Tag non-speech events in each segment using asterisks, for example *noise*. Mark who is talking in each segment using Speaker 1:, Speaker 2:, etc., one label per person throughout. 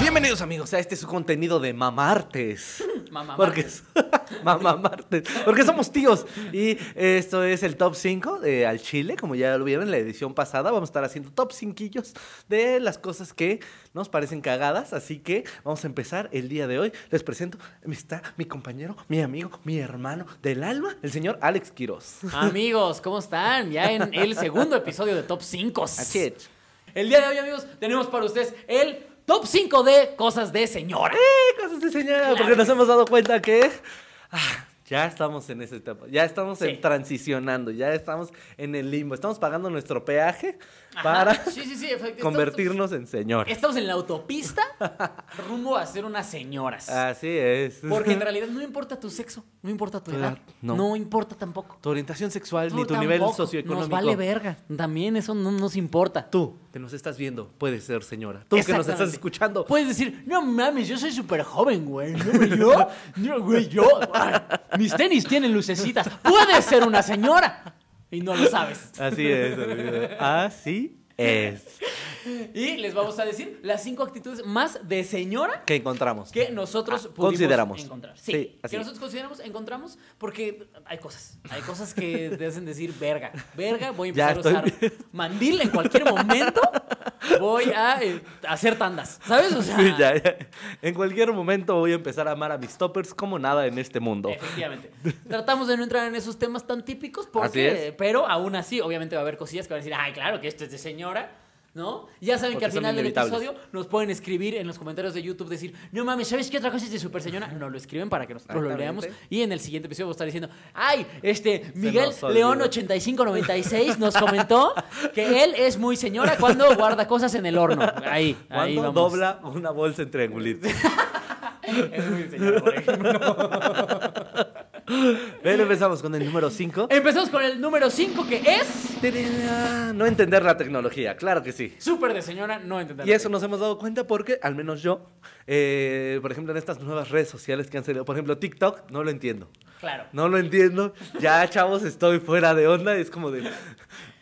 Speaker 1: Bienvenidos amigos a este su contenido de mamartes.
Speaker 2: Mamá.
Speaker 1: Porque, *laughs* mamamartes. Porque somos tíos. Y esto es el top 5 de Al Chile. Como ya lo vieron en la edición pasada, vamos a estar haciendo top 5 de las cosas que nos parecen cagadas. Así que vamos a empezar el día de hoy. Les presento, está mi compañero, mi amigo, mi hermano del alma, el señor Alex Quiroz.
Speaker 2: Amigos, ¿cómo están? Ya en el segundo episodio de Top 5.
Speaker 1: Así es.
Speaker 2: El día de hoy, amigos, tenemos para ustedes el Top 5 de cosas de señora.
Speaker 1: ¡Eh, cosas de señora! porque nos hemos dado cuenta que ah, ya estamos en esa etapa, ya estamos en
Speaker 2: Sí.
Speaker 1: transicionando, ya estamos en el limbo, estamos pagando nuestro peaje
Speaker 2: Ajá.
Speaker 1: para
Speaker 2: Sí, sí, sí,
Speaker 1: *laughs*
Speaker 2: efectivamente.
Speaker 1: convertirnos en señor.
Speaker 2: Estamos en la autopista rumbo a ser unas señoras.
Speaker 1: Así es.
Speaker 2: Porque en realidad no importa tu sexo, no importa tu
Speaker 1: Claro,
Speaker 2: edad,
Speaker 1: no.
Speaker 2: no, importa tampoco.
Speaker 1: tu orientación sexual ni
Speaker 2: No,
Speaker 1: tu nivel
Speaker 2: tampoco,
Speaker 1: socioeconómico.
Speaker 2: Nos vale verga. También eso no nos importa.
Speaker 1: Tú que nos estás viendo puedes ser señora. Tú que nos estás
Speaker 2: Exactamente. Pues-
Speaker 1: escuchando.
Speaker 2: Puedes decir, no mames, yo soy súper joven, güey. No, güey, yo,
Speaker 1: *laughs*
Speaker 2: no, güey, yo. ah, Mis tenis tienen lucecitas. Puedes ser una señora. Y no lo sabes.
Speaker 1: Así es. amigo. Así
Speaker 2: *laughs*
Speaker 1: es.
Speaker 2: Y les vamos a decir las cinco actitudes más de señora
Speaker 1: ¿Qué encontramos?
Speaker 2: que nosotros
Speaker 1: Ah,
Speaker 2: pudimos
Speaker 1: consideramos.
Speaker 2: encontrar.
Speaker 1: Sí,
Speaker 2: Sí,
Speaker 1: así
Speaker 2: que
Speaker 1: es.
Speaker 2: nosotros consideramos, encontramos, porque hay cosas. Hay cosas que te hacen decir verga. Verga, voy a
Speaker 1: Ya
Speaker 2: empezar a usar mandil en cualquier momento. Voy a eh, hacer tandas. ¿Sabes? O sea,
Speaker 1: Sí, ya, ya. En cualquier momento voy a empezar a amar a mis toppers como nada en este mundo.
Speaker 2: Efectivamente. Tratamos de no entrar en esos temas tan típicos, porque,
Speaker 1: Así es.
Speaker 2: pero aún así, obviamente va a haber cosillas que van a decir, ay, claro que esto es de señora. ¿No? Ya saben
Speaker 1: Porque
Speaker 2: que al
Speaker 1: son
Speaker 2: final del
Speaker 1: inevitables.
Speaker 2: episodio nos pueden escribir en los comentarios de YouTube, decir, no mames, ¿sabes qué otra cosa es de super señora? No lo escriben para que nosotros lo leamos.
Speaker 1: Exactamente.
Speaker 2: Y en el siguiente episodio vamos a estar diciendo, ay, este Miguel
Speaker 1: nos olvidó.
Speaker 2: León 8596 nos comentó que él es muy señora cuando guarda cosas en el horno. Ahí, ahí
Speaker 1: Cuando
Speaker 2: vamos.
Speaker 1: dobla una bolsa en triangulito.
Speaker 2: Es muy señora, por ejemplo.
Speaker 1: Pero empezamos con el número 5.
Speaker 2: Empezamos con el número 5 que es...
Speaker 1: No entender la tecnología, claro que sí.
Speaker 2: Súper de señora, no entender.
Speaker 1: Y eso nos hemos dado cuenta porque, al menos yo, eh, por ejemplo, en estas nuevas redes sociales que han salido, por ejemplo, TikTok, no lo entiendo.
Speaker 2: Claro.
Speaker 1: No lo entiendo. Ya, chavos, estoy fuera de onda. Es como de.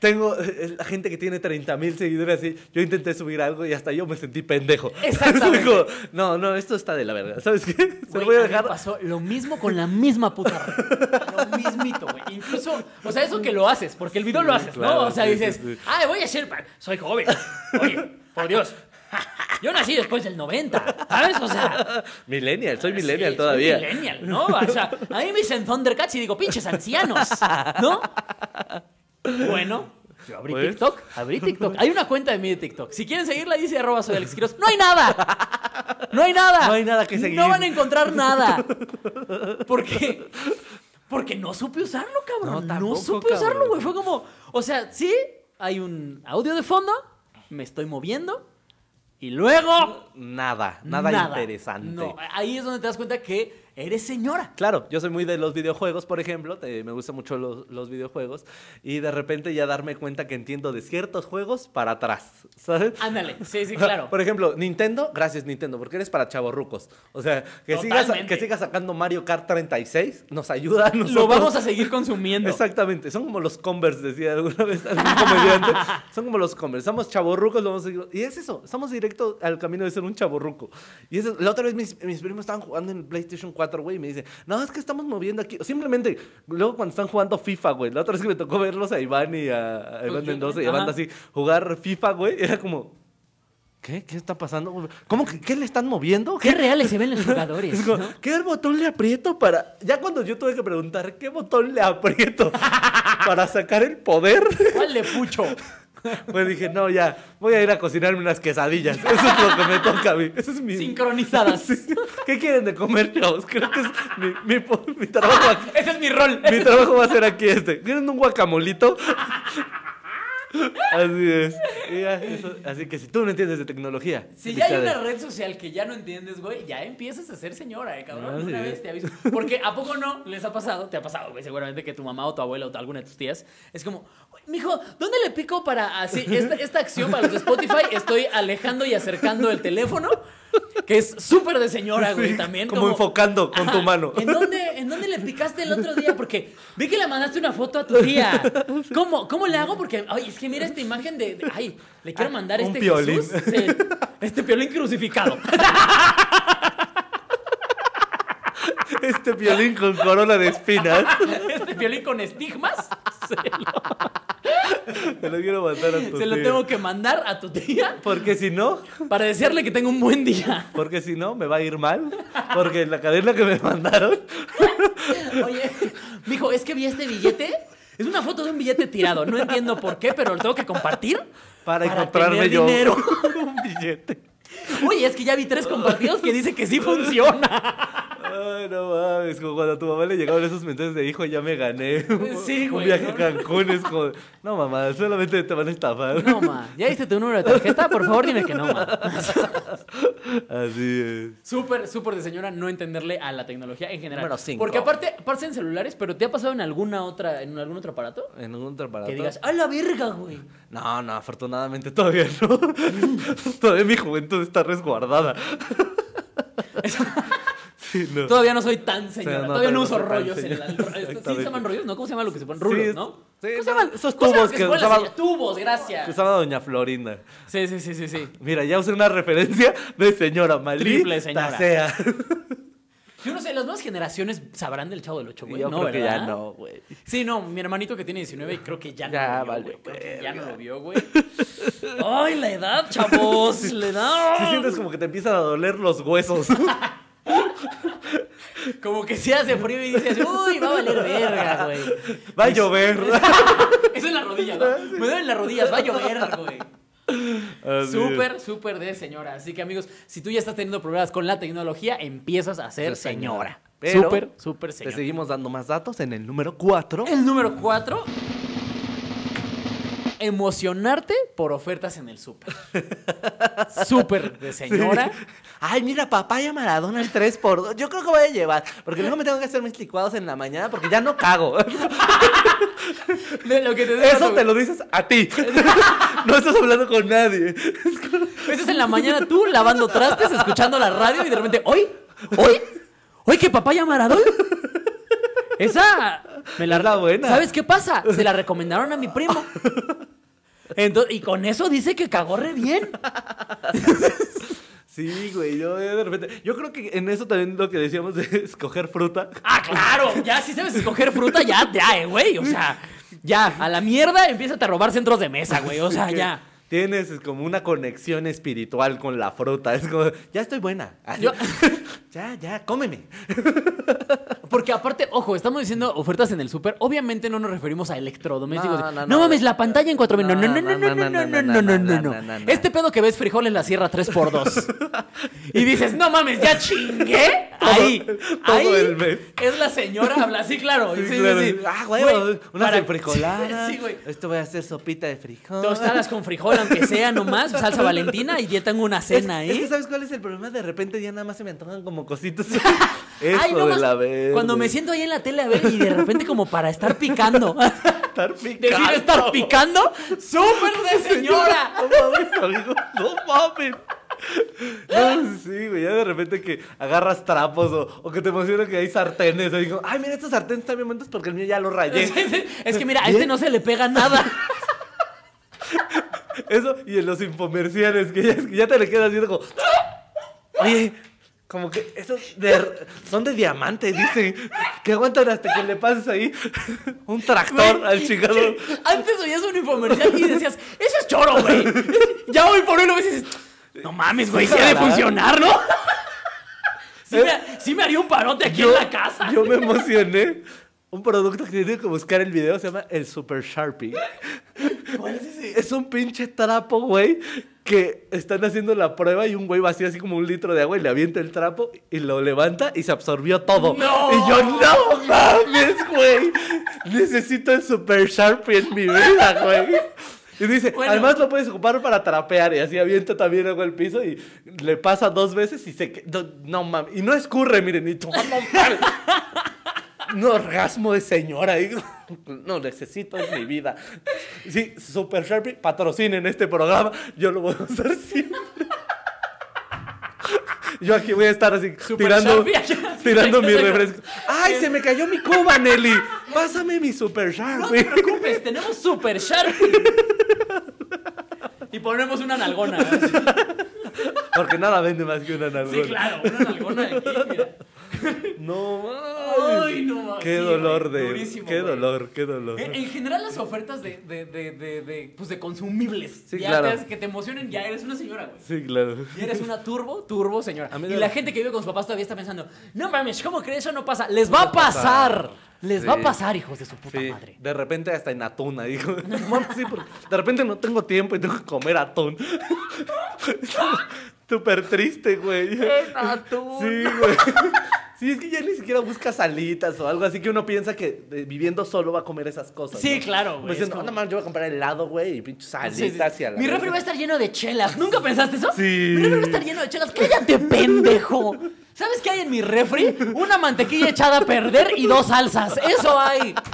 Speaker 1: Tengo eh, la gente que tiene 30 mil seguidores así. Yo intenté subir algo y hasta yo me sentí pendejo. *laughs*
Speaker 2: Exactamente.
Speaker 1: Como, no, no, esto está de la verga. ¿Sabes qué? Se
Speaker 2: Güey,
Speaker 1: lo voy
Speaker 2: a
Speaker 1: a
Speaker 2: mí me
Speaker 1: dejar.
Speaker 2: pasó lo mismo con la misma puta red. Lo mismito, güey. Incluso, o sea, eso que lo haces, porque el video
Speaker 1: Sí,
Speaker 2: lo haces,
Speaker 1: claro,
Speaker 2: ¿no? O sea,
Speaker 1: sí,
Speaker 2: dices,
Speaker 1: sí, sí.
Speaker 2: ay, voy a ser, pa- soy joven. Oye, por Dios. Yo nací después del 90, ¿sabes? O sea,
Speaker 1: Ah, Millennial, soy
Speaker 2: sí,
Speaker 1: millennial
Speaker 2: soy
Speaker 1: todavía.
Speaker 2: millennial, ¿no? O sea, a mí me dicen Thundercats y digo, pinches ancianos, ¿no? Bueno, yo abrí
Speaker 1: Pues.
Speaker 2: TikTok, abrí TikTok. Hay una cuenta de mí de TikTok. Si quieren seguirla, dice arroba soy Alex Quiroz. ¡No hay nada! ¡No hay nada!
Speaker 1: No hay nada que seguir.
Speaker 2: No van a encontrar nada. Porque... Porque no supe usarlo,
Speaker 1: No,
Speaker 2: cabrón. No,
Speaker 1: tampoco,
Speaker 2: supe
Speaker 1: cabrón.
Speaker 2: usarlo, güey. Fue como... O sea, sí, hay un audio de fondo, me estoy moviendo, y luego...
Speaker 1: Nada, nada, interesante.
Speaker 2: No, ahí es donde te das cuenta que eres señora.
Speaker 1: Claro, yo soy muy de los videojuegos, por ejemplo, te- me gustan mucho los, los videojuegos y de repente ya darme cuenta que entiendo de ciertos juegos para atrás, ¿sabes?
Speaker 2: Ándale,
Speaker 1: *laughs*
Speaker 2: sí, sí, claro.
Speaker 1: Por ejemplo, Nintendo, gracias Nintendo, porque eres para chavorrucos. O sea, que sigas,
Speaker 2: Totalmente.
Speaker 1: que sigas sacando Mario Kart 36 nos ayuda a nosotros.
Speaker 2: Lo vamos a seguir consumiendo.
Speaker 1: Exactamente, son como los Converse, decía alguna vez algún
Speaker 2: *laughs*
Speaker 1: comediante. Son como los Converse, somos chaborrucos, lo vamos a seguir. Y es eso, estamos directo al camino de ser un chaborruco. Y eso, la otra vez mis, mis primos estaban jugando en PlayStation 4, güey, y me dicen, no, es que estamos moviendo aquí. Simplemente, luego cuando están jugando FIFA, güey, la otra vez que me tocó verlos a Iván y a, a Iván
Speaker 2: Pues yo,
Speaker 1: Mendoza y a
Speaker 2: ajá.
Speaker 1: Banda así, jugar FIFA, güey, era como... ¿Qué? ¿Qué está pasando? güey? ¿Cómo que qué le están moviendo?
Speaker 2: Qué reales se ven los jugadores.
Speaker 1: Es como,
Speaker 2: ¿no?
Speaker 1: ¿Qué botón le aprieto para.? Ya cuando yo tuve que preguntar, ¿qué botón le aprieto para sacar el poder? *laughs*
Speaker 2: ¿Cuál de pucho?
Speaker 1: Pues dije, no, ya, voy a ir a cocinarme unas quesadillas. Eso es lo que me toca a mí. Eso es mi.
Speaker 2: Sincronizadas.
Speaker 1: *laughs* Sí, sí. ¿Qué quieren de comer, chavos? Creo que es mi, mi po- mi trabajo. aquí-
Speaker 2: Ese es mi rol.
Speaker 1: Mi trabajo va a ser aquí este. ¿Quieren un guacamolito? *laughs* Así es. Y ya, eso- así que si tú no entiendes de tecnología.
Speaker 2: Si ya hay
Speaker 1: felicidades.
Speaker 2: una red social que ya no entiendes, güey, ya empiezas a ser señora, eh, cabrón.
Speaker 1: Así
Speaker 2: una
Speaker 1: es.
Speaker 2: vez te aviso. Porque ¿a poco no les ha pasado? Te ha pasado, güey, seguramente que tu mamá o tu abuela o tu- alguna de tus tías es como, "Güey, mijo, ¿dónde le pico para así? Esta, esta acción para los de Spotify, estoy alejando y acercando el teléfono. que es súper de señora, güey,
Speaker 1: Sí,
Speaker 2: también.
Speaker 1: Como, enfocando con tu
Speaker 2: Ajá,
Speaker 1: mano.
Speaker 2: ¿En dónde, ¿En dónde le picaste el otro día? Porque vi que le mandaste una foto a tu tía. ¿Cómo, cómo le hago? Porque, ay, es que mira esta imagen de, de- ay, le quiero mandar
Speaker 1: Ah, un
Speaker 2: este
Speaker 1: piolín.
Speaker 2: Jesús. Sí, este piolín crucificado.
Speaker 1: Este violín con corona de espinas.
Speaker 2: Este piolín con estigmas. Se lo,
Speaker 1: Te lo quiero mandar a tu
Speaker 2: se lo
Speaker 1: tío.
Speaker 2: tengo que mandar a tu tía
Speaker 1: Porque si no,
Speaker 2: para desearle que tenga un buen día.
Speaker 1: porque si no, me va a ir mal. Porque la cadena que me mandaron.
Speaker 2: Oye, mijo, es que vi este billete. Es una foto de un billete tirado. No entiendo por qué, pero lo tengo que compartir.
Speaker 1: Para, comprarme
Speaker 2: tener
Speaker 1: yo
Speaker 2: dinero.
Speaker 1: *laughs* un billete.
Speaker 2: Oye, es que ya vi tres compartidos que dice que sí funciona.
Speaker 1: Ay, no mames, como cuando a tu mamá le llegaron esos mensajes de hijo, ya me gané.
Speaker 2: Sí,
Speaker 1: Un
Speaker 2: güey,
Speaker 1: viaje
Speaker 2: ¿no?
Speaker 1: a Cancún es como, no mamá, solamente te van a estafar.
Speaker 2: No, ma. ¿Ya viste tu número de tarjeta? Por favor, dime que no, ma.
Speaker 1: Así es.
Speaker 2: Súper, súper de señora no entenderle a la tecnología en general.
Speaker 1: Número cinco.
Speaker 2: Porque aparte, pasa en celulares, pero ¿te ha pasado en alguna otra, en algún otro aparato?
Speaker 1: En un otro aparato.
Speaker 2: Que digas, ¡a la verga, güey!
Speaker 1: No, no, afortunadamente todavía no. *laughs* todavía mi juventud está *laughs* resguardada. sí, no.
Speaker 2: Todavía no soy tan señora.
Speaker 1: O sea, no,
Speaker 2: todavía
Speaker 1: todavía
Speaker 2: no uso
Speaker 1: no soy tan
Speaker 2: rollos en la.
Speaker 1: señora.
Speaker 2: ¿Sí se llaman
Speaker 1: Exactamente.
Speaker 2: rollos? ¿No? ¿Cómo se llama lo que se ponen? Rulos,
Speaker 1: Sí,
Speaker 2: ¿no?
Speaker 1: sí,
Speaker 2: ¿Cómo
Speaker 1: no,
Speaker 2: se llaman?
Speaker 1: esos
Speaker 2: ¿Cómo se
Speaker 1: tubos que
Speaker 2: llama lo se ponen las
Speaker 1: usaban-
Speaker 2: señoras? Tubos,
Speaker 1: Que
Speaker 2: gracias.
Speaker 1: Estaba Doña Florinda.
Speaker 2: Sí, sí, sí, sí, sí.
Speaker 1: Mira, ya usé una referencia de señora Malí.
Speaker 2: Triple señora.
Speaker 1: Tasea.
Speaker 2: Yo no sé, las nuevas generaciones sabrán del Chavo del Ocho, güey.
Speaker 1: Yo
Speaker 2: no,
Speaker 1: creo que
Speaker 2: ¿verdad?
Speaker 1: ya no, güey.
Speaker 2: Sí, no, mi hermanito que tiene 19 creo que ya no
Speaker 1: Ya,
Speaker 2: lo vio,
Speaker 1: vale,
Speaker 2: güey. Creo que ya
Speaker 1: verga.
Speaker 2: no lo vio, güey. Ay, la edad, chavos, la edad.
Speaker 1: Si sientes como que te empiezan a doler los huesos. *laughs*
Speaker 2: Como que se hace frío y dices, uy, va a valer verga, güey.
Speaker 1: Va a llover.
Speaker 2: Eso *laughs* es la rodilla,
Speaker 1: Ah,
Speaker 2: ¿no? Me duelen las rodillas, va
Speaker 1: *laughs*
Speaker 2: a llover, güey.
Speaker 1: Así es.
Speaker 2: Súper, súper de señora. Así que, amigos, si tú ya estás teniendo problemas con la tecnología, empiezas a ser
Speaker 1: Ser señora.
Speaker 2: señora.
Speaker 1: Pero
Speaker 2: Súper, súper
Speaker 1: Te
Speaker 2: señora.
Speaker 1: seguimos dando más datos en el número 4.
Speaker 2: El número 4. Emocionarte por ofertas en el *laughs* súper. Súper de señora.
Speaker 1: Ay, mira, papaya Maradona el 3 por 2 Yo creo que voy a llevar. Porque luego me tengo que hacer mis licuados en la mañana porque ya no
Speaker 2: *laughs*
Speaker 1: cago.
Speaker 2: De lo que te digo,
Speaker 1: Eso
Speaker 2: güey.
Speaker 1: te lo dices a ti. *laughs* No estás hablando con nadie.
Speaker 2: Eso es en la mañana tú lavando trastes, escuchando la radio y de repente, ¿hoy? ¿Hoy? ¿Hoy que papaya Maradona? Esa me la,
Speaker 1: Es la buena.
Speaker 2: ¿Sabes qué pasa? Se la recomendaron a mi primo. Entonces, y con eso dice que cagó re bien.
Speaker 1: Sí, güey, yo de repente. Yo creo que en eso también lo que decíamos de *laughs* escoger fruta.
Speaker 2: Ah, claro, ya si sabes escoger fruta, ya, ya, eh, güey. O sea, ya, a la mierda empiezas a robar centros de mesa, güey. O sea,
Speaker 1: que
Speaker 2: Ah, ya.
Speaker 1: Tienes como una conexión espiritual con la fruta. Es como, ya estoy buena. Así.
Speaker 2: Yo-
Speaker 1: *laughs* Ya, ya, cómeme.
Speaker 2: Porque aparte, ojo, estamos diciendo ofertas en el súper. Obviamente no nos referimos a electrodomésticos.
Speaker 1: No,
Speaker 2: No,
Speaker 1: no, no.
Speaker 2: mames, la pantalla en cuatro mil. No, no, no, no, no, no, no, no, no, no, no,
Speaker 1: no, no, no.
Speaker 2: Este pedo que ves frijoles la sierra 3x2. Y dices, no mames, ya chingué. Ahí.
Speaker 1: todo
Speaker 2: ahí
Speaker 1: el mes.
Speaker 2: Es la señora, habla. Sí, claro.
Speaker 1: Sí,
Speaker 2: Sí, sí,
Speaker 1: claro.
Speaker 2: sí.
Speaker 1: Ah, güey, unas
Speaker 2: para-
Speaker 1: de frijolada.
Speaker 2: *laughs* Sí, güey.
Speaker 1: Esto voy a hacer sopita de frijol.
Speaker 2: Tostadas con frijol, aunque sea nomás, salsa valentina y ya tengo una cena
Speaker 1: *laughs*
Speaker 2: ¿eh?
Speaker 1: Es- es
Speaker 2: ahí.
Speaker 1: que ¿sabes cuál es el problema? De repente ya nada más se me antojan como cositas.
Speaker 2: *laughs* Ay,
Speaker 1: Eso
Speaker 2: no
Speaker 1: de
Speaker 2: más,
Speaker 1: la vez.
Speaker 2: Cuando me siento ahí en la tele a ver y de repente como para
Speaker 1: *laughs*
Speaker 2: estar picando.
Speaker 1: Estar
Speaker 2: Decir
Speaker 1: picando.
Speaker 2: estar picando, súper de señora.
Speaker 1: *laughs* No mames, amigos, no mames. No, sí, güey, ya de repente que agarras trapos o, o que te emociona que hay sartenes. Y digo, ay, mira, estos sartenes están bien bonitos porque el mío ya lo rayé.
Speaker 2: *laughs* Es que mira, a este no se le pega nada.
Speaker 1: Eso, y en los infomerciales, que ya, que ya te le quedas viendo como, oye, como que esos de- son de diamante, dicen, que aguantan hasta que le pases ahí un tractor
Speaker 2: Güey,
Speaker 1: al chingado.
Speaker 2: Antes oías un infomercial y decías, eso es choro, güey. Ya hoy por hoy lo ves y dices, no mames, güey, sí ha de funcionar, ¿no? *laughs* Sí me, sí me haría un parote aquí en la casa.
Speaker 1: Eh, *laughs* Yo me emocioné. Un producto que tiene que buscar el video se llama el Super Sharpie.
Speaker 2: ¿Cuál es ese?
Speaker 1: Es un pinche trapo, güey, que están haciendo la prueba y un güey vacía así como un litro de agua y le avienta el trapo y lo levanta y se absorbió todo.
Speaker 2: ¡No!
Speaker 1: Y yo, no mames, güey. Necesito el Super Sharpie en mi vida, güey. Y dice,
Speaker 2: Bueno.
Speaker 1: además lo puedes ocupar para trapear. Y así avienta también agua al piso y le pasa dos veces y se... que- No, no mames. Y no escurre, miren. Y tú, no mames. Un orgasmo de señora. digo, no necesito en mi vida. Sí, Super Sharpie, patrocinen este programa. Yo lo voy a usar siempre. Yo aquí voy a estar así
Speaker 2: Super
Speaker 1: tirando,
Speaker 2: Sharpie.
Speaker 1: tirando mi refresco. ¡Ay, se me cayó mi cuba, Nelly! Pásame mi Super
Speaker 2: No te
Speaker 1: Sharpie.
Speaker 2: preocupes, tenemos Super Sharpie. Y ponemos una nalgona. así.
Speaker 1: Porque nada vende más que una nalgona.
Speaker 2: Sí, claro, una nalgona aquí, mira.
Speaker 1: No mames.
Speaker 2: Ay, no mames,
Speaker 1: Qué
Speaker 2: sí,
Speaker 1: dolor
Speaker 2: güey,
Speaker 1: de.
Speaker 2: durísimo,
Speaker 1: qué
Speaker 2: güey. Eh.
Speaker 1: dolor, qué dolor.
Speaker 2: En, en general las ofertas de, de, de, de, de, pues de consumibles.
Speaker 1: Sí,
Speaker 2: ya
Speaker 1: claro.
Speaker 2: te hace que te emocionen, ya eres una señora, güey.
Speaker 1: Sí, claro.
Speaker 2: Y eres una turbo, turbo señora.
Speaker 1: A mí
Speaker 2: Y
Speaker 1: de-
Speaker 2: la gente que vive con sus papás todavía está pensando, no mames, ¿cómo crees? Eso no pasa. Les va a
Speaker 1: va a pasar.
Speaker 2: pasar. Les
Speaker 1: Sí.
Speaker 2: va a pasar, hijos de su puta
Speaker 1: Sí,
Speaker 2: madre.
Speaker 1: de repente hasta en atún, ahí,
Speaker 2: *laughs*
Speaker 1: digo. *laughs* No mames, sí, porque de repente no tengo tiempo y tengo que comer atún. *laughs* Súper triste, güey. Sí, güey. *laughs* Sí, es que ya ni siquiera buscas salitas o algo así que uno piensa que eh, viviendo solo va a comer esas cosas.
Speaker 2: Sí,
Speaker 1: ¿no?
Speaker 2: claro, güey,
Speaker 1: Pues
Speaker 2: es
Speaker 1: no,
Speaker 2: como-
Speaker 1: nada más yo voy a comprar helado, güey, y pinche
Speaker 2: Sí, sí.
Speaker 1: salitas y a la
Speaker 2: Mi refri va a
Speaker 1: verga.
Speaker 2: estar lleno de chelas. ¿Nunca pensaste eso?
Speaker 1: Sí.
Speaker 2: Mi refri va a estar lleno de chelas. ¡Cállate, pendejo! ¿Sabes qué hay en mi refri? Una mantequilla echada a perder y dos salsas. Eso hay.
Speaker 1: *laughs*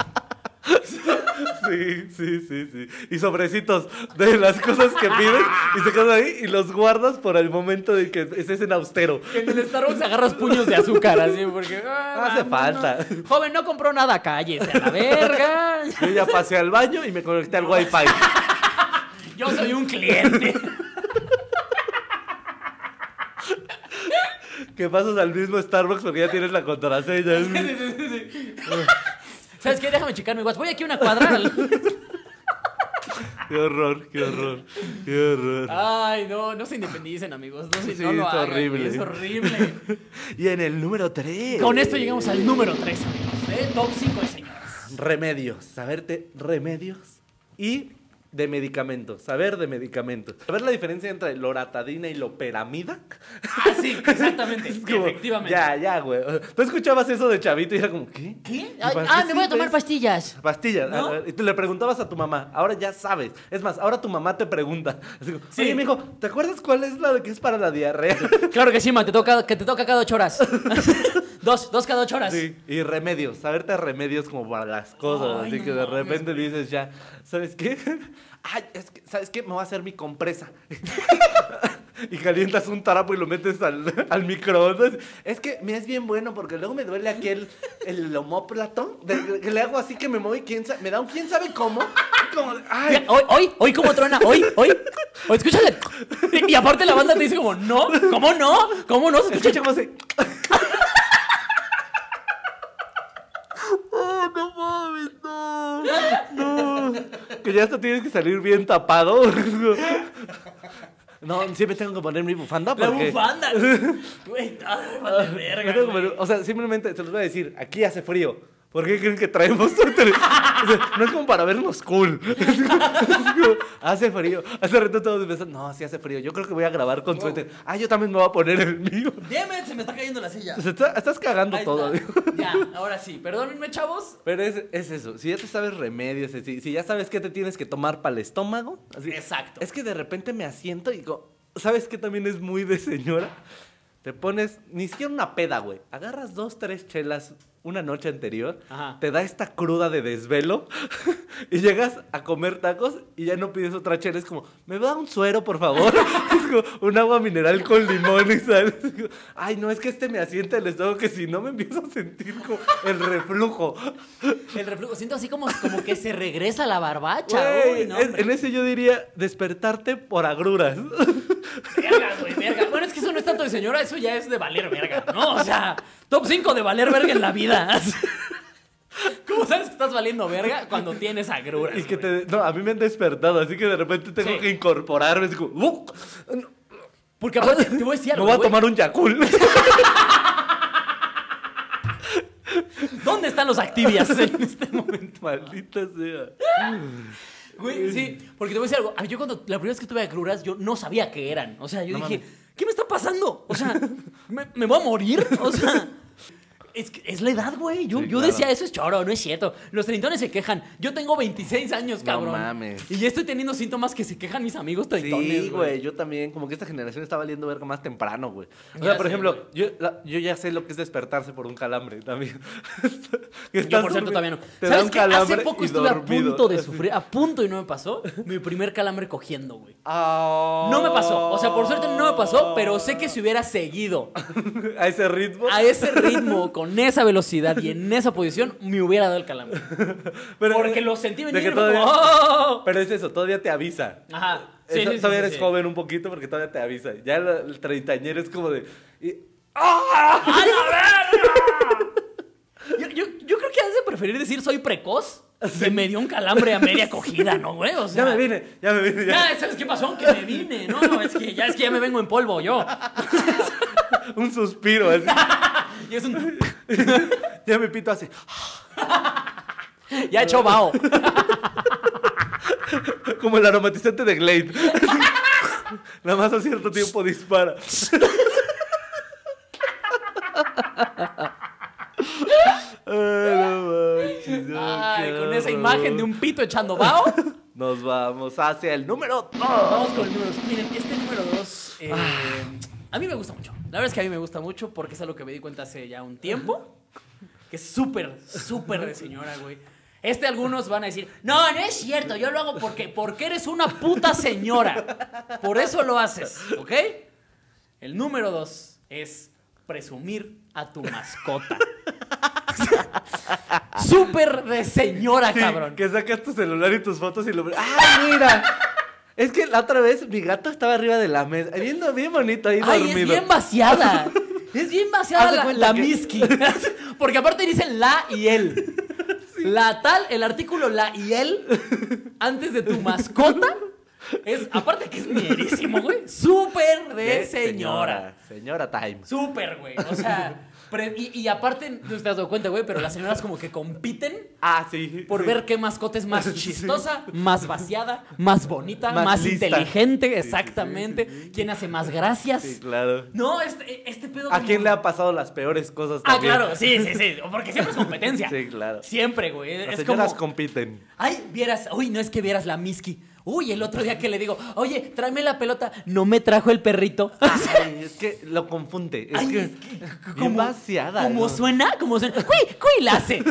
Speaker 1: Sí, sí, sí, sí. Y sobrecitos de las cosas que pides y se quedan ahí y los guardas por el momento de que estés en austero.
Speaker 2: Que en el Starbucks agarras puños de azúcar, así, porque. ah,
Speaker 1: Hace
Speaker 2: no,
Speaker 1: falta.
Speaker 2: no. Joven, no compró nada, cállese a la verga.
Speaker 1: Yo ya pasé al baño y me conecté al wifi.
Speaker 2: Yo soy un cliente.
Speaker 1: Que pasas al mismo Starbucks porque ya tienes la contraseña.
Speaker 2: *laughs* Sí, sí, sí, sí. ¿Sabes qué? Déjame checar mi WhatsApp. Voy aquí a una cuadra.
Speaker 1: Qué horror, qué horror, qué horror.
Speaker 2: Ay, no, no se independicen, amigos. No, se-
Speaker 1: Sí,
Speaker 2: no lo
Speaker 1: es
Speaker 2: hagan,
Speaker 1: horrible.
Speaker 2: Es horrible.
Speaker 1: Y en el número 3.
Speaker 2: Con esto llegamos al número 3, amigos. ¿eh? Top 5 de señoras.
Speaker 1: Remedios. Saberte remedios y de medicamentos. Saber de medicamentos. Saber la diferencia entre loratadina y loperamida.
Speaker 2: Ah, sí,
Speaker 1: *laughs*
Speaker 2: exactamente.
Speaker 1: Es como,
Speaker 2: efectivamente.
Speaker 1: Ya, ya, güey. Tú escuchabas eso de chavito y era como, ¿qué? pues.
Speaker 2: ¿Qué?
Speaker 1: ¿Y
Speaker 2: Ah,
Speaker 1: para
Speaker 2: ah,
Speaker 1: qué
Speaker 2: me voy a tomar
Speaker 1: sirve eso?
Speaker 2: pastillas.
Speaker 1: Pastillas.
Speaker 2: ¿No?
Speaker 1: a ver, Y tú le preguntabas a tu mamá. Ahora ya sabes. Es más, ahora tu mamá te pregunta. Así como,
Speaker 2: Sí.
Speaker 1: Oye, mijo, ¿te acuerdas cuál es la de que es para la
Speaker 2: *laughs*
Speaker 1: diarrea?
Speaker 2: Claro que sí, man, te toca, que te toca cada 8 *laughs* horas. dos, dos cada 8 horas.
Speaker 1: Sí. Y remedios. Saberte remedios como para las cosas.
Speaker 2: Ay,
Speaker 1: así
Speaker 2: no
Speaker 1: que de
Speaker 2: mames,
Speaker 1: repente le dices ya, ¿sabes qué? *laughs* Ay, es que, ¿sabes qué? Me voy a hacer mi compresa. *laughs* Y calientas un tarapo y lo metes al, *laughs* al microondas. Es que me es bien bueno porque luego me duele aquí el, el homóplato. de- que le hago así que me mueve, quién sa- me da un quién sabe cómo. Como, de, ay,
Speaker 2: Mira, Hoy, hoy, hoy como truena, hoy, hoy, hoy, escúchale. Y aparte la banda te dice como, no, ¿cómo no? ¿Cómo no? Se escucha
Speaker 1: Escucha cómo se. *laughs* ¡Oh, no mames! ¡No! ¡No! Que ya hasta tienes que salir bien tapado. *laughs* No, siempre tengo que poner mi bufanda
Speaker 2: La
Speaker 1: porque. *laughs*
Speaker 2: bufanda. Güey, ay, vale
Speaker 1: Ah, Me
Speaker 2: verga.
Speaker 1: tengo que
Speaker 2: güey.
Speaker 1: poner- o sea, simplemente se los voy a decir, aquí hace frío. ¿Por qué creen que traemos suéteres? O sea, no es como para vernos cool. *laughs* Es como- es como, hace frío. Hace rato todos empezaron, no, sí hace frío. Yo creo que voy a grabar con suéter. Ah, yo también me voy a poner el mío.
Speaker 2: Damn it, se me está cayendo la silla.
Speaker 1: Se está- estás cagando
Speaker 2: Ahí
Speaker 1: todo.
Speaker 2: está. *laughs* Ya, ahora sí. Perdónenme, chavos.
Speaker 1: Pero es, es eso, si ya te sabes remedios, si, si ya sabes qué te tienes que tomar para el estómago. así-
Speaker 2: Exacto.
Speaker 1: Es que de repente me asiento y digo, ¿sabes qué también es muy de señora? Te pones, ni siquiera una peda, güey. Agarras dos, tres chelas una noche anterior,
Speaker 2: Ajá.
Speaker 1: te da esta cruda de desvelo *laughs* y llegas a comer tacos y ya no pides otra chela. Es como, ¿me da un suero, por
Speaker 2: *laughs*
Speaker 1: favor? *laughs* es como un agua mineral con limón y sal. Es como, Ay, no, es que este me asienta el estómago que si no me empiezo a sentir como el reflujo.
Speaker 2: El reflujo. Siento así como, como que se regresa la barbacha.
Speaker 1: Güey,
Speaker 2: Uy, no,
Speaker 1: en-
Speaker 2: hombre.
Speaker 1: en ese yo diría despertarte por agruras. *laughs*
Speaker 2: Verga, güey, verga. Bueno, es que eso no es tanto de señora, eso ya es de valer verga, ¿no? O sea, top 5 de valer verga en la vida. *laughs* ¿Cómo sabes que estás valiendo verga cuando tienes agruras?
Speaker 1: Y que
Speaker 2: güey?
Speaker 1: te, no, a mí me han despertado, así que de repente tengo
Speaker 2: Sí.
Speaker 1: que incorporarme. así como, "Uh, no,
Speaker 2: Porque aparte, te voy a decir
Speaker 1: *laughs* me
Speaker 2: algo,
Speaker 1: voy a
Speaker 2: güey.
Speaker 1: tomar un Yakul.
Speaker 2: *laughs* ¿Dónde están
Speaker 1: *laughs*
Speaker 2: los activias en este momento?
Speaker 1: Maldita sea.
Speaker 2: Güey, sí, porque te voy a decir algo. A mí, Yo cuando la primera vez que tuve agruras, yo no sabía qué eran. O sea, yo
Speaker 1: No
Speaker 2: dije,
Speaker 1: mames.
Speaker 2: ¿qué me está pasando? O sea, ¿me, me voy a morir? O sea, Es, que es la edad, güey. Yo,
Speaker 1: Sí,
Speaker 2: yo
Speaker 1: claro.
Speaker 2: decía, eso es choro, no es cierto. Los treintones se quejan. Yo tengo 26 años,
Speaker 1: No
Speaker 2: cabrón.
Speaker 1: mames.
Speaker 2: Y ya estoy teniendo síntomas que se quejan mis amigos treintones.
Speaker 1: Sí, güey, yo también, como que esta generación está valiendo verga más temprano, güey. O
Speaker 2: Ya
Speaker 1: sea, por
Speaker 2: sé,
Speaker 1: ejemplo, yo, la- yo ya sé lo que es despertarse por un calambre también. *laughs* Que
Speaker 2: Yo,
Speaker 1: estás
Speaker 2: por cierto,
Speaker 1: durmi-
Speaker 2: todavía no.
Speaker 1: te da
Speaker 2: ¿Sabes
Speaker 1: un
Speaker 2: qué? Hace
Speaker 1: calambre
Speaker 2: poco
Speaker 1: y
Speaker 2: estuve a
Speaker 1: dormido.
Speaker 2: punto
Speaker 1: *laughs*
Speaker 2: de sufrir, a punto y no me pasó. Mi primer calambre cogiendo, güey.
Speaker 1: Ah.
Speaker 2: No me pasó. O sea, por suerte no me pasó, pero sé que si hubiera seguido
Speaker 1: *laughs* A ese ritmo. *laughs*
Speaker 2: a ese ritmo, con esa velocidad y en esa posición, me hubiera dado el calambre.
Speaker 1: Pero-
Speaker 2: Porque lo sentí
Speaker 1: de
Speaker 2: venir. y
Speaker 1: que
Speaker 2: fue como,
Speaker 1: todavía-
Speaker 2: "Oh".
Speaker 1: Pero es eso, todavía te avisa.
Speaker 2: Ajá. Sí,
Speaker 1: Eso-
Speaker 2: sí, sí,
Speaker 1: todavía
Speaker 2: sí,
Speaker 1: eres
Speaker 2: sí.
Speaker 1: joven un poquito porque todavía te avisa. Ya el, el treintañero es como de. y-
Speaker 2: ¡A la verga! Yo, yo- yo creo que has de preferir decir soy precoz. Que me dio un calambre a media cogida, ¿no, güey? O sea,
Speaker 1: ya me vine, ya me vine. ya.
Speaker 2: ya, ¿sabes qué pasó? Que me vine. No, no, es que ya, es que ya me vengo en polvo yo.
Speaker 1: Un suspiro. así.
Speaker 2: Y es un.
Speaker 1: ya me pito así.
Speaker 2: Ya he hecho vaho.
Speaker 1: Como el aromatizante de Glade. *laughs* Nada más a cierto tiempo dispara. *laughs* Ay, no manches, no,
Speaker 2: Ay,
Speaker 1: qué
Speaker 2: con esa
Speaker 1: horror.
Speaker 2: imagen de un pito echando vaho.
Speaker 1: Nos vamos hacia el número 2.
Speaker 2: Vamos con el número dos. Miren, este número dos. eh, a mí me gusta mucho. La verdad es que a mí me gusta mucho porque es algo que me di cuenta hace ya un tiempo. Que es súper, súper de señora, güey. Este algunos van a decir, no, no es cierto, yo lo hago porque, porque eres una puta señora. Por eso lo haces, ¿ok? El número dos es presumir a tu mascota. *laughs* Súper de señora, *laughs* cabrón.
Speaker 1: que sacas tu celular y tus fotos y lo. ¡Ah, mira! Es que la otra vez mi gato estaba arriba de la mesa. Viendo bien bonito ahí
Speaker 2: Ay,
Speaker 1: dormido.
Speaker 2: es bien vaciada.
Speaker 1: *laughs*
Speaker 2: Es bien vaciada
Speaker 1: Haz de
Speaker 2: la,
Speaker 1: cuenta
Speaker 2: la
Speaker 1: que- *laughs*
Speaker 2: miski. Porque aparte dicen la y él. La tal, el artículo la y él, antes de tu mascota, es, aparte que es mierísimo, güey, súper de,
Speaker 1: De
Speaker 2: eh, señora.
Speaker 1: Señora Time.
Speaker 2: Súper, güey. O sea, pre- y, y aparte, no te has dado cuenta, güey, pero las señoras como que compiten
Speaker 1: Ah, sí.
Speaker 2: por
Speaker 1: sí.
Speaker 2: ver qué mascota es
Speaker 1: *laughs*
Speaker 2: más chistosa, más vaciada, más bonita, más,
Speaker 1: Más lista.
Speaker 2: inteligente,
Speaker 1: Sí, sí, sí,
Speaker 2: exactamente, quién hace más gracias.
Speaker 1: Sí, claro.
Speaker 2: No, este, este pedo.
Speaker 1: ¿A
Speaker 2: como-
Speaker 1: quién le han pasado las peores cosas
Speaker 2: Ah,
Speaker 1: también?
Speaker 2: claro, sí, sí, sí. Porque siempre es competencia.
Speaker 1: *laughs* Sí, claro.
Speaker 2: Siempre, güey.
Speaker 1: Las
Speaker 2: Es
Speaker 1: señoras
Speaker 2: como.
Speaker 1: compiten.
Speaker 2: *laughs* Ay, vieras. Uy, no es que vieras la Miski. Uy, el otro día que le digo, oye, tráeme la pelota. No me trajo el perrito.
Speaker 1: Ay, es que lo confunde. Es
Speaker 2: Ay,
Speaker 1: que.
Speaker 2: es que-
Speaker 1: bien
Speaker 2: como-
Speaker 1: vaciada,
Speaker 2: Como
Speaker 1: ¿no?
Speaker 2: suena, como suena. ¡Cuy, cuy! La hace.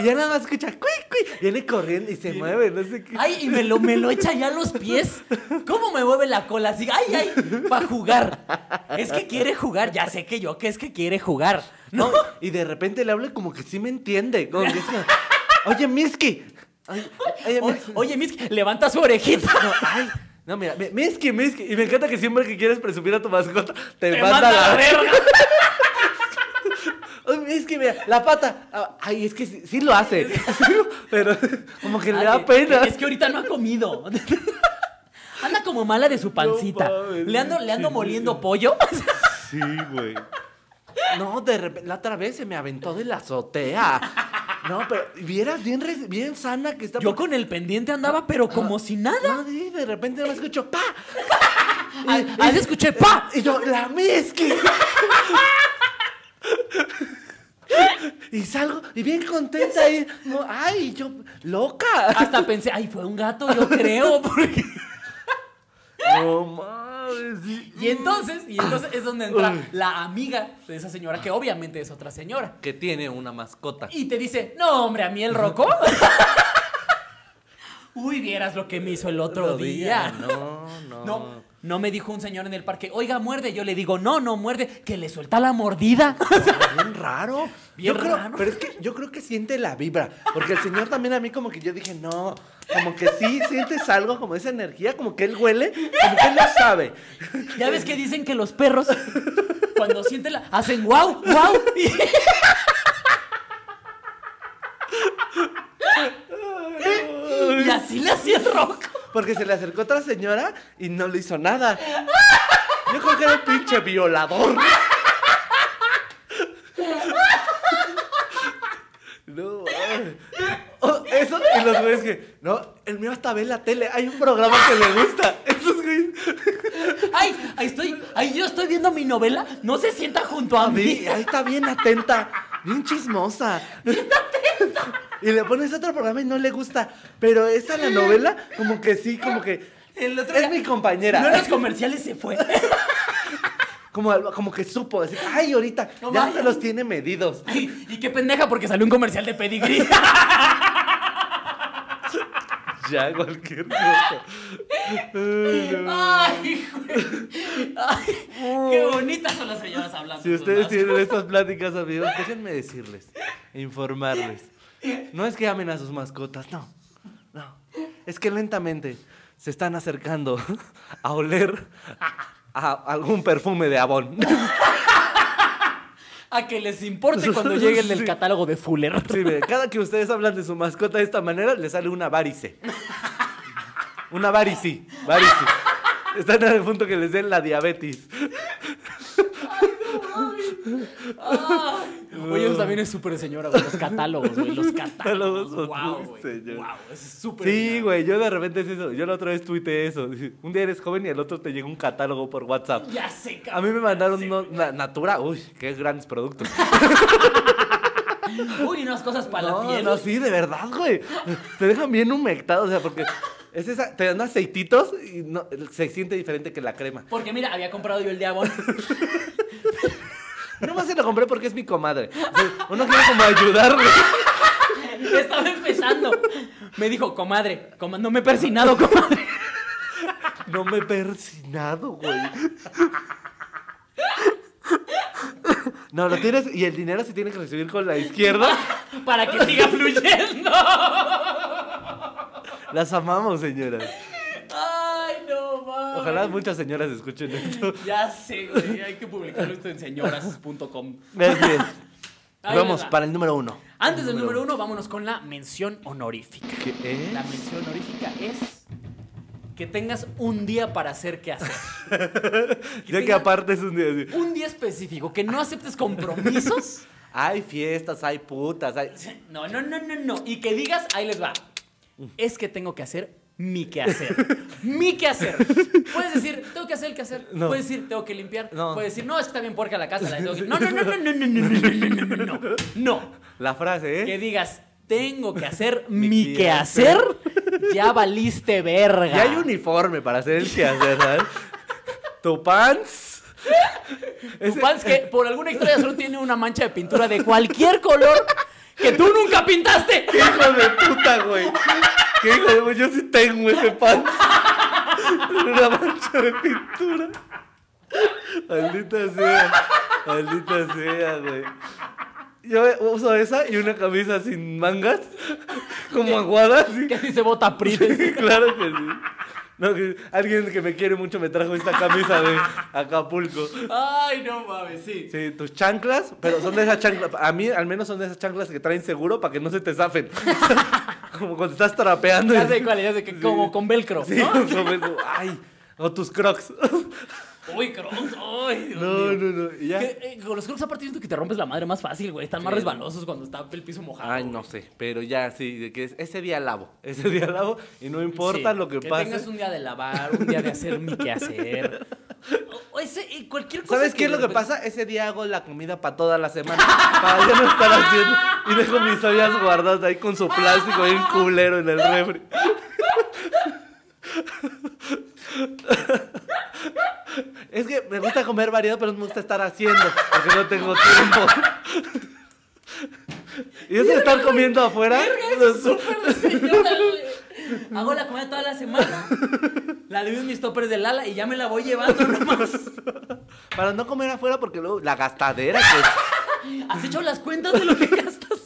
Speaker 1: Y ya nada más escucha. "Cui, cui", Viene corriendo y se mueve, no sé qué.
Speaker 2: Ay, y me lo, me lo echa ya a los pies. ¿Cómo me mueve la cola así? Ay, ay, para jugar. Es que quiere jugar. Ya sé que yo, que es que quiere jugar.
Speaker 1: No,
Speaker 2: No.
Speaker 1: y de repente le habla y como que sí me entiende. Como que es como, Oye, Miski. Ay, oye,
Speaker 2: O-
Speaker 1: Miski.
Speaker 2: oye, Miski, levanta su orejita.
Speaker 1: No, ay, no, mira, mi- Miski, Miski. Y me encanta que siempre que quieres presumir a tu mascota, te,
Speaker 2: Te
Speaker 1: manda,
Speaker 2: manda a la
Speaker 1: la.
Speaker 2: verga.
Speaker 1: *laughs* Ay, es que mira, la pata. Ah, Ay, es que sí, sí lo hace. Pero como que le
Speaker 2: Ay,
Speaker 1: da pena.
Speaker 2: Es Ah, que ahorita no ha comido. *laughs* Anda como mala de su pancita.
Speaker 1: mames,
Speaker 2: le ando, le ando moliendo pollo. *laughs*
Speaker 1: Sí, güey. No, de repente, la otra vez se me aventó de la azotea. No, pero vieras bien, res- bien sana que está.
Speaker 2: Yo con el pendiente andaba, pero como si nada.
Speaker 1: No, sí, de repente me escucho, ¡pa!
Speaker 2: Ah, *laughs* Ahí escuché, ¡pa!
Speaker 1: Y yo, ¡la mezqui! y salgo, y bien contenta ahí. no, ¡Ay, yo, loca!
Speaker 2: Hasta pensé, ay, fue un gato, yo creo. *laughs* porque-
Speaker 1: No mames, sí.
Speaker 2: Y entonces, y entonces es donde entra la amiga de esa señora, que obviamente es otra señora.
Speaker 1: Que tiene una mascota.
Speaker 2: Y te dice, no, hombre, a mí el
Speaker 1: *laughs*
Speaker 2: roco. Uy, vieras lo que me hizo el otro,
Speaker 1: Otro día,
Speaker 2: día.
Speaker 1: no, no.
Speaker 2: No, no me dijo un señor en el parque, oiga, muerde. Yo le digo, no, no muerde, que le suelta la mordida.
Speaker 1: Bien raro.
Speaker 2: Bien
Speaker 1: yo creo,
Speaker 2: raro.
Speaker 1: Pero es que yo creo que siente la vibra. Porque el señor también a mí como que yo dije, no, como que sí, sientes algo, como esa energía, como que él huele, como que él lo sabe.
Speaker 2: ya ves que dicen que los perros, cuando sienten la. hacen wow, wow. *laughs* Y, y así le hacía el roco.
Speaker 1: Porque se le acercó otra señora y no le hizo nada. Yo creo que era un pinche violador. No. ay. Oh, eso, Y los güeyes que, no, el mío hasta ve la tele. Hay un programa que le gusta. Esos güeyes.
Speaker 2: Ay, ahí estoy, ahí yo estoy viendo mi novela, no se sienta junto a
Speaker 1: A mí,
Speaker 2: mí.
Speaker 1: ahí está bien atenta, bien chismosa. Y le pones otro programa y no le gusta. Pero esa la novela, como que sí, como que.
Speaker 2: El otro
Speaker 1: es
Speaker 2: día-
Speaker 1: mi
Speaker 2: No en
Speaker 1: compañera.
Speaker 2: los comerciales se fue. *laughs*
Speaker 1: Como, como que supo. Así, Ay, ahorita.
Speaker 2: No
Speaker 1: ya
Speaker 2: vaya.
Speaker 1: se los tiene medidos.
Speaker 2: Ay, y qué pendeja porque salió un comercial de pedigrí. *laughs*
Speaker 1: Ya, cualquier
Speaker 2: *laughs*
Speaker 1: cosa.
Speaker 2: Ay, güey. Ay, qué bonitas son las señoras hablando.
Speaker 1: Si ustedes
Speaker 2: ¿no?
Speaker 1: tienen estas pláticas, amigos, déjenme decirles, informarles. No es que amen a sus mascotas, no. No. Es que lentamente se están acercando a oler a algún perfume de Avon.
Speaker 2: A que les importe cuando lleguen del
Speaker 1: Sí.
Speaker 2: catálogo de Fuller.
Speaker 1: Sí, miren, cada que ustedes hablan de su mascota de esta manera, les sale una varice. Una varici, varici. Están en el punto que les den la diabetes.
Speaker 2: Ay, Oye, eso también es súper señora, güey. Los catálogos,
Speaker 1: *laughs*
Speaker 2: güey. Los
Speaker 1: Catálogos
Speaker 2: catálogos.
Speaker 1: son
Speaker 2: wow,
Speaker 1: muy
Speaker 2: güey.
Speaker 1: señor.
Speaker 2: Wow, es súper.
Speaker 1: Sí, güey, yo de repente es eso. Yo la otra vez tuiteé eso. Un día eres joven y el otro te llega un catálogo por WhatsApp.
Speaker 2: Ya sé,
Speaker 1: A
Speaker 2: cabrón.
Speaker 1: mí me mandaron uno- na- Natura, uy, qué grandes productos.
Speaker 2: Uy, unas cosas *laughs* para la
Speaker 1: No,
Speaker 2: piel.
Speaker 1: no, sí, de verdad, güey. Te dejan bien humectado, o sea, porque es esa, te dan aceititos y no- se siente diferente que la crema.
Speaker 2: Porque mira, había comprado yo el diabón.
Speaker 1: No más se lo compré porque es mi comadre. O sea, uno quiere como ayudarle.
Speaker 2: *laughs* Estaba empezando. Me dijo, comadre, coma- no me he persinado, *laughs* comadre.
Speaker 1: No me he persinado, güey. No, lo tienes y el dinero se tiene que recibir con la izquierda.
Speaker 2: Para que siga fluyendo.
Speaker 1: Las amamos, señoras.
Speaker 2: Ay, no mames.
Speaker 1: Ojalá muchas señoras escuchen esto.
Speaker 2: Ya sé, güey. Hay que publicarlo esto en señoras.com.
Speaker 1: Así es.
Speaker 2: Ahí
Speaker 1: Vamos
Speaker 2: les va.
Speaker 1: para el número uno.
Speaker 2: Antes del número uno, vámonos con la mención honorífica.
Speaker 1: ¿Qué es?
Speaker 2: La mención honorífica es que tengas un día para hacer qué hacer.
Speaker 1: Ya que
Speaker 2: tengan-
Speaker 1: aparte es un día así.
Speaker 2: Un día específico, que no aceptes compromisos.
Speaker 1: Hay fiestas, hay putas, hay...
Speaker 2: No, no, no, no, no. Y que digas, ahí les va. Es que tengo que hacer mi quehacer. mi quehacer. Puedes decir, tengo que hacer el quehacer.
Speaker 1: No.
Speaker 2: Puedes decir, tengo que limpiar.
Speaker 1: No.
Speaker 2: Puedes decir, no, es que está bien puerca la casa. La
Speaker 1: *laughs*
Speaker 2: tengo que... No, no, no, no, no, no, no, no, no, no, no, no. No.
Speaker 1: La frase, ¿eh?
Speaker 2: Que digas, tengo que hacer
Speaker 1: *laughs*
Speaker 2: mi,
Speaker 1: Mi
Speaker 2: quehacer.
Speaker 1: quehacer. *laughs*
Speaker 2: Ya valiste verga.
Speaker 1: Y hay uniforme para hacer el quehacer, ¿sabes? tu pants...
Speaker 2: Tu pants que por alguna historia solo tiene una mancha de pintura de cualquier color que tú nunca pintaste.
Speaker 1: ¡Qué hijo de puta, güey! ¡Qué hijo de... Yo sí tengo ese pants. Tiene una mancha de pintura. Maldita sea. Maldita sea, güey. Yo uso esa y una camisa sin mangas, como aguada, así.
Speaker 2: Que dice bota prides.
Speaker 1: Sí, *laughs* claro que sí. No, que alguien que me quiere mucho me trajo esta camisa de Acapulco.
Speaker 2: Ay, no mames, sí.
Speaker 1: Sí, tus chanclas, pero son de esas chanclas. A mí, al menos, son de esas chanclas que traen seguro para que no se te zafen. *laughs* Como cuando estás trapeando. y-
Speaker 2: Ya sé cuál, es, ya sé que como con velcro.
Speaker 1: *laughs* Sí,
Speaker 2: ¿no?
Speaker 1: como- ay, o tus
Speaker 2: *laughs*
Speaker 1: crocs.
Speaker 2: Uy, Crocs, ay, Dios
Speaker 1: No,
Speaker 2: mío.
Speaker 1: no, no. y ya.
Speaker 2: Que, eh, con los Crocs aparte siento que te rompes la madre más fácil, güey. Están más resbalosos cuando está el piso mojado.
Speaker 1: Ay, no sé, pero ya, sí, de que es- ese día lavo, ese día lavo y no importa
Speaker 2: Sí,
Speaker 1: lo que,
Speaker 2: que
Speaker 1: pase.
Speaker 2: tengas un día de lavar, un día de hacer mi quehacer. *laughs* O, o ese, eh, cualquier cosa
Speaker 1: ¿Sabes qué es
Speaker 2: de
Speaker 1: lo que
Speaker 2: repente-
Speaker 1: pasa? Ese día hago la comida para toda la semana. Para ya no estar haciendo. Y dejo mis ollas guardadas ahí con su plástico bien culero en el refri. Es que me gusta comer variado, pero no me gusta estar haciendo. Porque no tengo tiempo. Y eso de estar comiendo afuera.
Speaker 2: Verga, es súper de señora, güey. Hago la comida toda la semana. La divido en mis toppers de Lala y ya me la voy llevando nomás.
Speaker 1: Para no comer afuera, porque luego la gastadera que es.
Speaker 2: ¿Has hecho las cuentas de lo que gastas?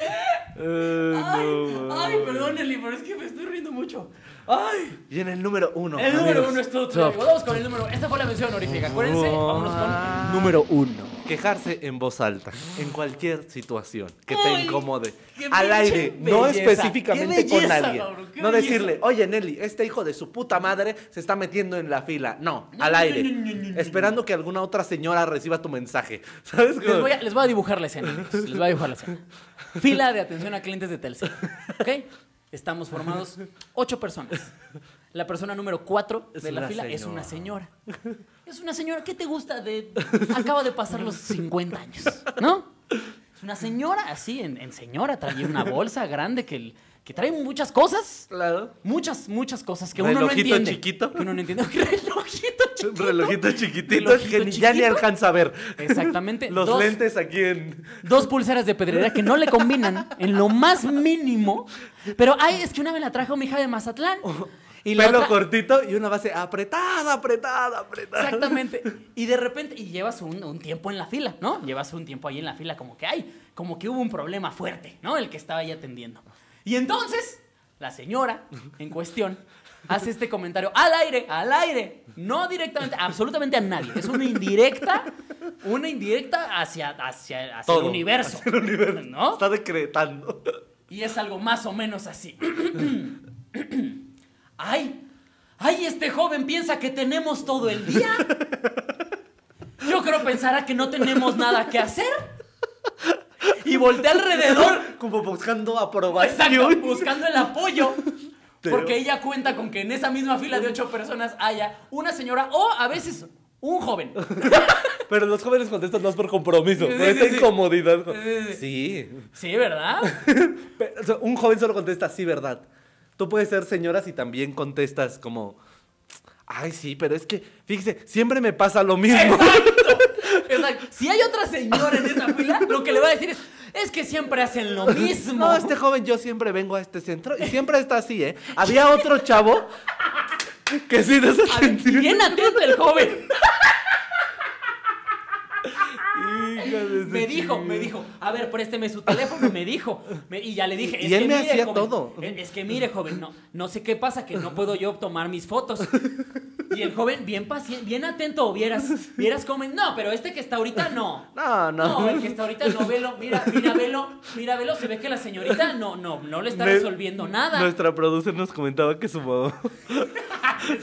Speaker 1: Ay,
Speaker 2: Ay,
Speaker 1: *laughs* Eh, no,
Speaker 2: ay, perdón, Eli, pero es que me estoy riendo mucho. Ay.
Speaker 1: Y en el número uno.
Speaker 2: El número
Speaker 1: amigos,
Speaker 2: uno es todo.
Speaker 1: top.
Speaker 2: Vamos con el número. Esta fue la mención honorífica. Acuérdense, vámonos con número uno.
Speaker 1: Quejarse en voz alta, en cualquier situación que
Speaker 2: Uy,
Speaker 1: te incomode,
Speaker 2: qué
Speaker 1: al
Speaker 2: pinche
Speaker 1: aire, no
Speaker 2: belleza,
Speaker 1: específicamente
Speaker 2: qué
Speaker 1: con
Speaker 2: belleza,
Speaker 1: nadie.
Speaker 2: Mauro, qué
Speaker 1: No
Speaker 2: belleza.
Speaker 1: decirle, oye Nelly, este hijo de su puta madre se está metiendo en la fila. No,
Speaker 2: No,
Speaker 1: al
Speaker 2: no,
Speaker 1: aire,
Speaker 2: no, no, no, no, no.
Speaker 1: esperando que alguna otra señora reciba tu mensaje. *laughs* ¿Sabes?
Speaker 2: Les voy, a, les voy a dibujar la escena. amigos. Les voy a dibujar la escena. Fila de atención a clientes de Telcel. ¿Ok? Estamos formados ocho personas. La persona número cuatro
Speaker 1: Es
Speaker 2: de la
Speaker 1: una
Speaker 2: fila es una señora. Es una señora. ¿Qué te gusta de...? Acaba de pasar los 50 años, ¿no? Es una señora así, en, en señora. Trae una bolsa grande que, el- que trae muchas cosas.
Speaker 1: Claro.
Speaker 2: Muchas, muchas cosas que uno no
Speaker 1: Relojito
Speaker 2: entiende.
Speaker 1: chiquito.
Speaker 2: Que uno no entiende. *laughs* Relojito
Speaker 1: Un
Speaker 2: chiquito.
Speaker 1: relojito chiquitito
Speaker 2: Relojito
Speaker 1: que ni- ya ni
Speaker 2: chiquito.
Speaker 1: alcanza a ver.
Speaker 2: Exactamente.
Speaker 1: Los
Speaker 2: dos-
Speaker 1: lentes aquí en...
Speaker 2: dos pulseras de pedrería que no le combinan en lo más mínimo. Pero ay, es que una me la trajo mi hija de Mazatlán. Y la
Speaker 1: pelo
Speaker 2: otra-
Speaker 1: cortito y una base apretada, apretada, apretada.
Speaker 2: Exactamente. Y de repente, y llevas un, un tiempo en la fila, ¿no? Llevas un tiempo ahí en la fila, como que hay, como que hubo un problema fuerte, ¿no? El que estaba ahí atendiendo. Y entonces, la señora en cuestión hace este comentario al aire, al aire, no directamente, absolutamente a nadie. Es una indirecta, una indirecta hacia, hacia, hacia el
Speaker 1: Todo.
Speaker 2: universo.
Speaker 1: Hacia el universo.
Speaker 2: ¿No?
Speaker 1: Está decretando.
Speaker 2: Y es algo más o menos así. *clears throat* ¡Ay! ¡Ay, este joven piensa que tenemos todo el día! Yo creo pensará que no tenemos nada que hacer. Y voltea alrededor.
Speaker 1: *laughs* Como buscando aprobación.
Speaker 2: Exacto, buscando el apoyo.
Speaker 1: Pero-
Speaker 2: Porque ella cuenta con que en esa misma fila de ocho personas haya una señora o a veces un joven.
Speaker 1: Pero los jóvenes contestan más por compromiso,
Speaker 2: Sí,
Speaker 1: por
Speaker 2: sí,
Speaker 1: esta
Speaker 2: sí.
Speaker 1: incomodidad.
Speaker 2: Sí, sí,
Speaker 1: Sí.
Speaker 2: Sí, ¿verdad?
Speaker 1: Pero, o sea, un joven solo contesta, sí, ¿verdad? Tú puedes ser señora si también contestas como, ay, sí, pero es que, fíjese, siempre me pasa lo mismo.
Speaker 2: Exacto. Si hay otra señora en esa fila, lo que le va a decir es, es que siempre hacen lo mismo.
Speaker 1: No, este joven, yo siempre vengo a este centro y siempre está así, ¿eh? Había otro chavo que sí nos
Speaker 2: A ver,
Speaker 1: atendió.
Speaker 2: Bien atento el joven.
Speaker 1: Hija de su
Speaker 2: Me dijo,
Speaker 1: chi-
Speaker 2: me dijo, a ver, présteme su teléfono, me dijo. Me- y ya le dije,
Speaker 1: Y
Speaker 2: es
Speaker 1: él
Speaker 2: que
Speaker 1: me
Speaker 2: mire,
Speaker 1: hacía
Speaker 2: joven,
Speaker 1: todo.
Speaker 2: e- Es que mire, joven, no, no sé qué pasa, que no puedo yo tomar mis fotos. Y el joven, bien paciente, bien atento, vieras, vieras como, no, pero este que está ahorita no.
Speaker 1: No, no.
Speaker 2: No, el que está ahorita no, velo, mira, mira, velo, mira, velo, se ve que la señorita no, no, no le está
Speaker 1: Me-
Speaker 2: resolviendo nada.
Speaker 1: Nuestra producer nos comentaba que su mamá,
Speaker 2: *laughs* Es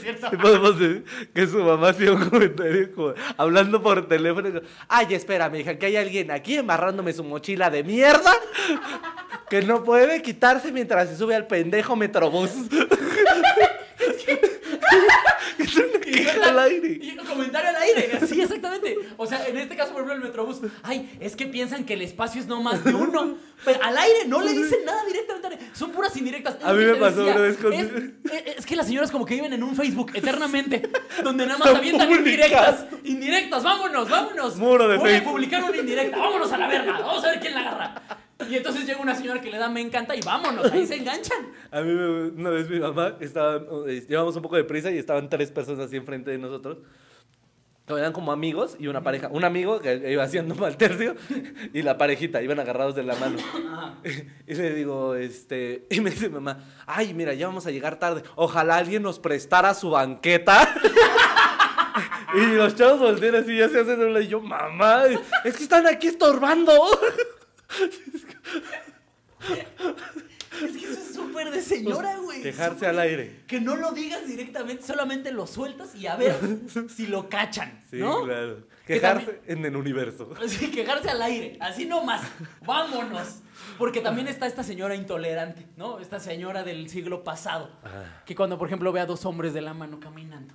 Speaker 1: *laughs*
Speaker 2: cierto.
Speaker 1: que podemos decir que su mamá hacía un comentario como, hablando por teléfono. y como, Ay, espera, hija, que hay alguien aquí embarrándome su mochila de mierda *laughs* que no puede quitarse mientras se sube al pendejo metrobús. *laughs* es una queja al aire.
Speaker 2: Y un comentario al aire. Sí, exactamente. O sea, en este caso, por ejemplo, el Metrobús. Ay, es que piensan que el espacio es no más de uno. Pero al aire no le dicen nada directamente. al aire. Son puras indirectas. Es
Speaker 1: A
Speaker 2: lo
Speaker 1: mí
Speaker 2: que
Speaker 1: me
Speaker 2: te
Speaker 1: pasó una vez con-
Speaker 2: Es,
Speaker 1: *laughs*
Speaker 2: es- es que las señoras como que viven en un Facebook eternamente. Donde nada más
Speaker 1: Son
Speaker 2: avientan
Speaker 1: públicas.
Speaker 2: indirectas. Indirectas, vámonos, vámonos.
Speaker 1: Muro de
Speaker 2: Voy a
Speaker 1: Facebook.
Speaker 2: publicar
Speaker 1: *laughs*
Speaker 2: una indirecta. Vámonos a la verga. Vamos a ver quién la agarra. Y entonces llega una señora que le da me encanta y vámonos. Ahí se enganchan.
Speaker 1: A mí me- una vez mi mamá estaba, eh, llevamos un poco de prisa y estaban tres personas así enfrente de nosotros. Que eran como amigos y una pareja. Un amigo que iba haciendo mal tercio *laughs* y la parejita, iban agarrados de la mano.
Speaker 2: Ajá.
Speaker 1: *laughs* Y le digo, este, y me dice mi mamá, ay, mira, ya vamos a llegar tarde. Ojalá alguien nos prestara su banqueta. *laughs* y los chavos voltean así, ya se hacen de un lado. Y yo, mamá, es que están aquí
Speaker 2: *laughs*
Speaker 1: estorbando.
Speaker 2: Es que eso es súper de señora, güey.
Speaker 1: Pues, Quejarse al aire.
Speaker 2: Que no lo digas directamente, solamente lo sueltas y
Speaker 1: *laughs*
Speaker 2: a ver si lo cachan,
Speaker 1: Sí,
Speaker 2: ¿no?
Speaker 1: claro.
Speaker 2: Que
Speaker 1: Quejarse en el universo.
Speaker 2: Así, quejarse al aire, así nomás, vámonos. Porque también está esta señora intolerante, ¿no? Esta señora del siglo pasado,
Speaker 1: Ah.
Speaker 2: que cuando, por ejemplo, ve a dos hombres de la mano caminando,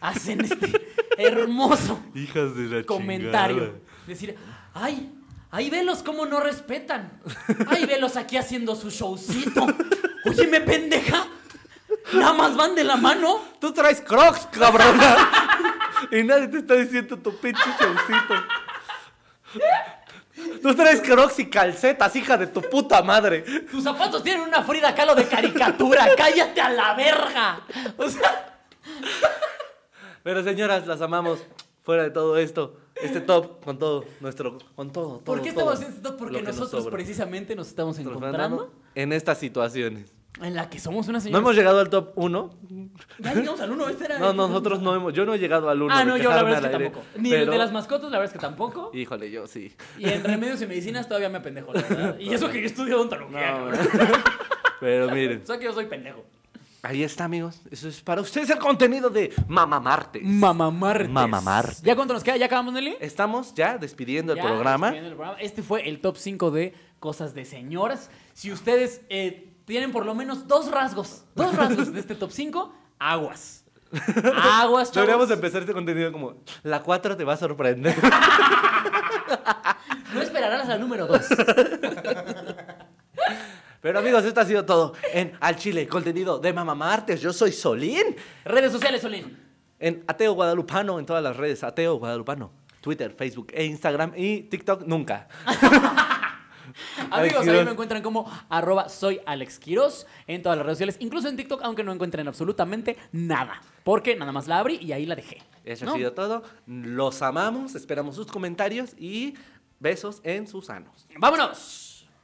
Speaker 2: hacen este hermoso
Speaker 1: Hijas de la
Speaker 2: comentario. Decir, ay, ay, velos cómo no respetan. Ay, velos aquí haciendo su showcito. Oye, me pendeja. Nada más van de la mano.
Speaker 1: Tú traes crocs, *laughs* cabrona. y nadie te está diciendo tu pinche showcito. Tú traes crocs y calcetas, hija de tu puta madre.
Speaker 2: Tus zapatos tienen una Frida Kahlo de caricatura.
Speaker 1: *laughs*
Speaker 2: Cállate a la verga. O sea,
Speaker 1: Pero señoras, las amamos. Fuera de todo esto, este top con todo nuestro, con todo, todo.
Speaker 2: ¿por qué
Speaker 1: todo.
Speaker 2: estamos haciendo esto? Porque
Speaker 1: Lo que nos
Speaker 2: nosotros
Speaker 1: sobra.
Speaker 2: precisamente nos estamos
Speaker 1: Nos
Speaker 2: encontrando
Speaker 1: mandaron en estas situaciones.
Speaker 2: En la que somos una
Speaker 1: No
Speaker 2: señora.
Speaker 1: hemos llegado al top 1.
Speaker 2: Ya llegamos al uno, este era.
Speaker 1: No, no, nosotros no hemos. Yo no he llegado al 1.
Speaker 2: Ah, no, yo la verdad es que tampoco. Ni el de las mascotas, la verdad es que
Speaker 1: *laughs*
Speaker 2: tampoco.
Speaker 1: Híjole, yo sí.
Speaker 2: Y en remedios y medicinas todavía me pendejo,
Speaker 1: *laughs*
Speaker 2: la verdad. Y eso que yo estudio odontología,
Speaker 1: No,
Speaker 2: cabrón.
Speaker 1: *laughs* Pero miren,
Speaker 2: O sea que yo soy pendejo.
Speaker 1: ahí está, amigos. Eso es para ustedes el contenido de Mamá Martes.
Speaker 2: Mamamartes.
Speaker 1: Mamamartes.
Speaker 2: ¿Ya cuánto nos queda? ¿Ya acabamos, Nelly?
Speaker 1: Estamos ya despidiendo
Speaker 2: Ya,
Speaker 1: el programa.
Speaker 2: despidiendo el programa. Este fue el top 5 de cosas de señoras. Si ustedes eh, tienen por lo menos dos rasgos, dos rasgos de este top 5, aguas. Aguas, chavos.
Speaker 1: Deberíamos empezar este contenido como la 4 te va a sorprender. *laughs*
Speaker 2: No esperarás al número 2.
Speaker 1: Pero amigos, esto ha sido todo en Al Chile, contenido de Mamá Martes. Yo soy Solín.
Speaker 2: Redes sociales, Solín.
Speaker 1: En Ateo Guadalupano, en todas las redes, Ateo Guadalupano. Twitter, Facebook e Instagram y TikTok nunca. Alex
Speaker 2: Amigos, a mí
Speaker 1: Quiroz.
Speaker 2: me encuentran como arroba soy Alex Quiroz en todas las redes sociales, incluso en TikTok, aunque no encuentren absolutamente nada. Porque nada más la abrí y ahí la dejé.
Speaker 1: Eso
Speaker 2: ¿no?
Speaker 1: ha sido todo. Los amamos, esperamos sus comentarios y besos en sus anos.
Speaker 2: ¡Vámonos!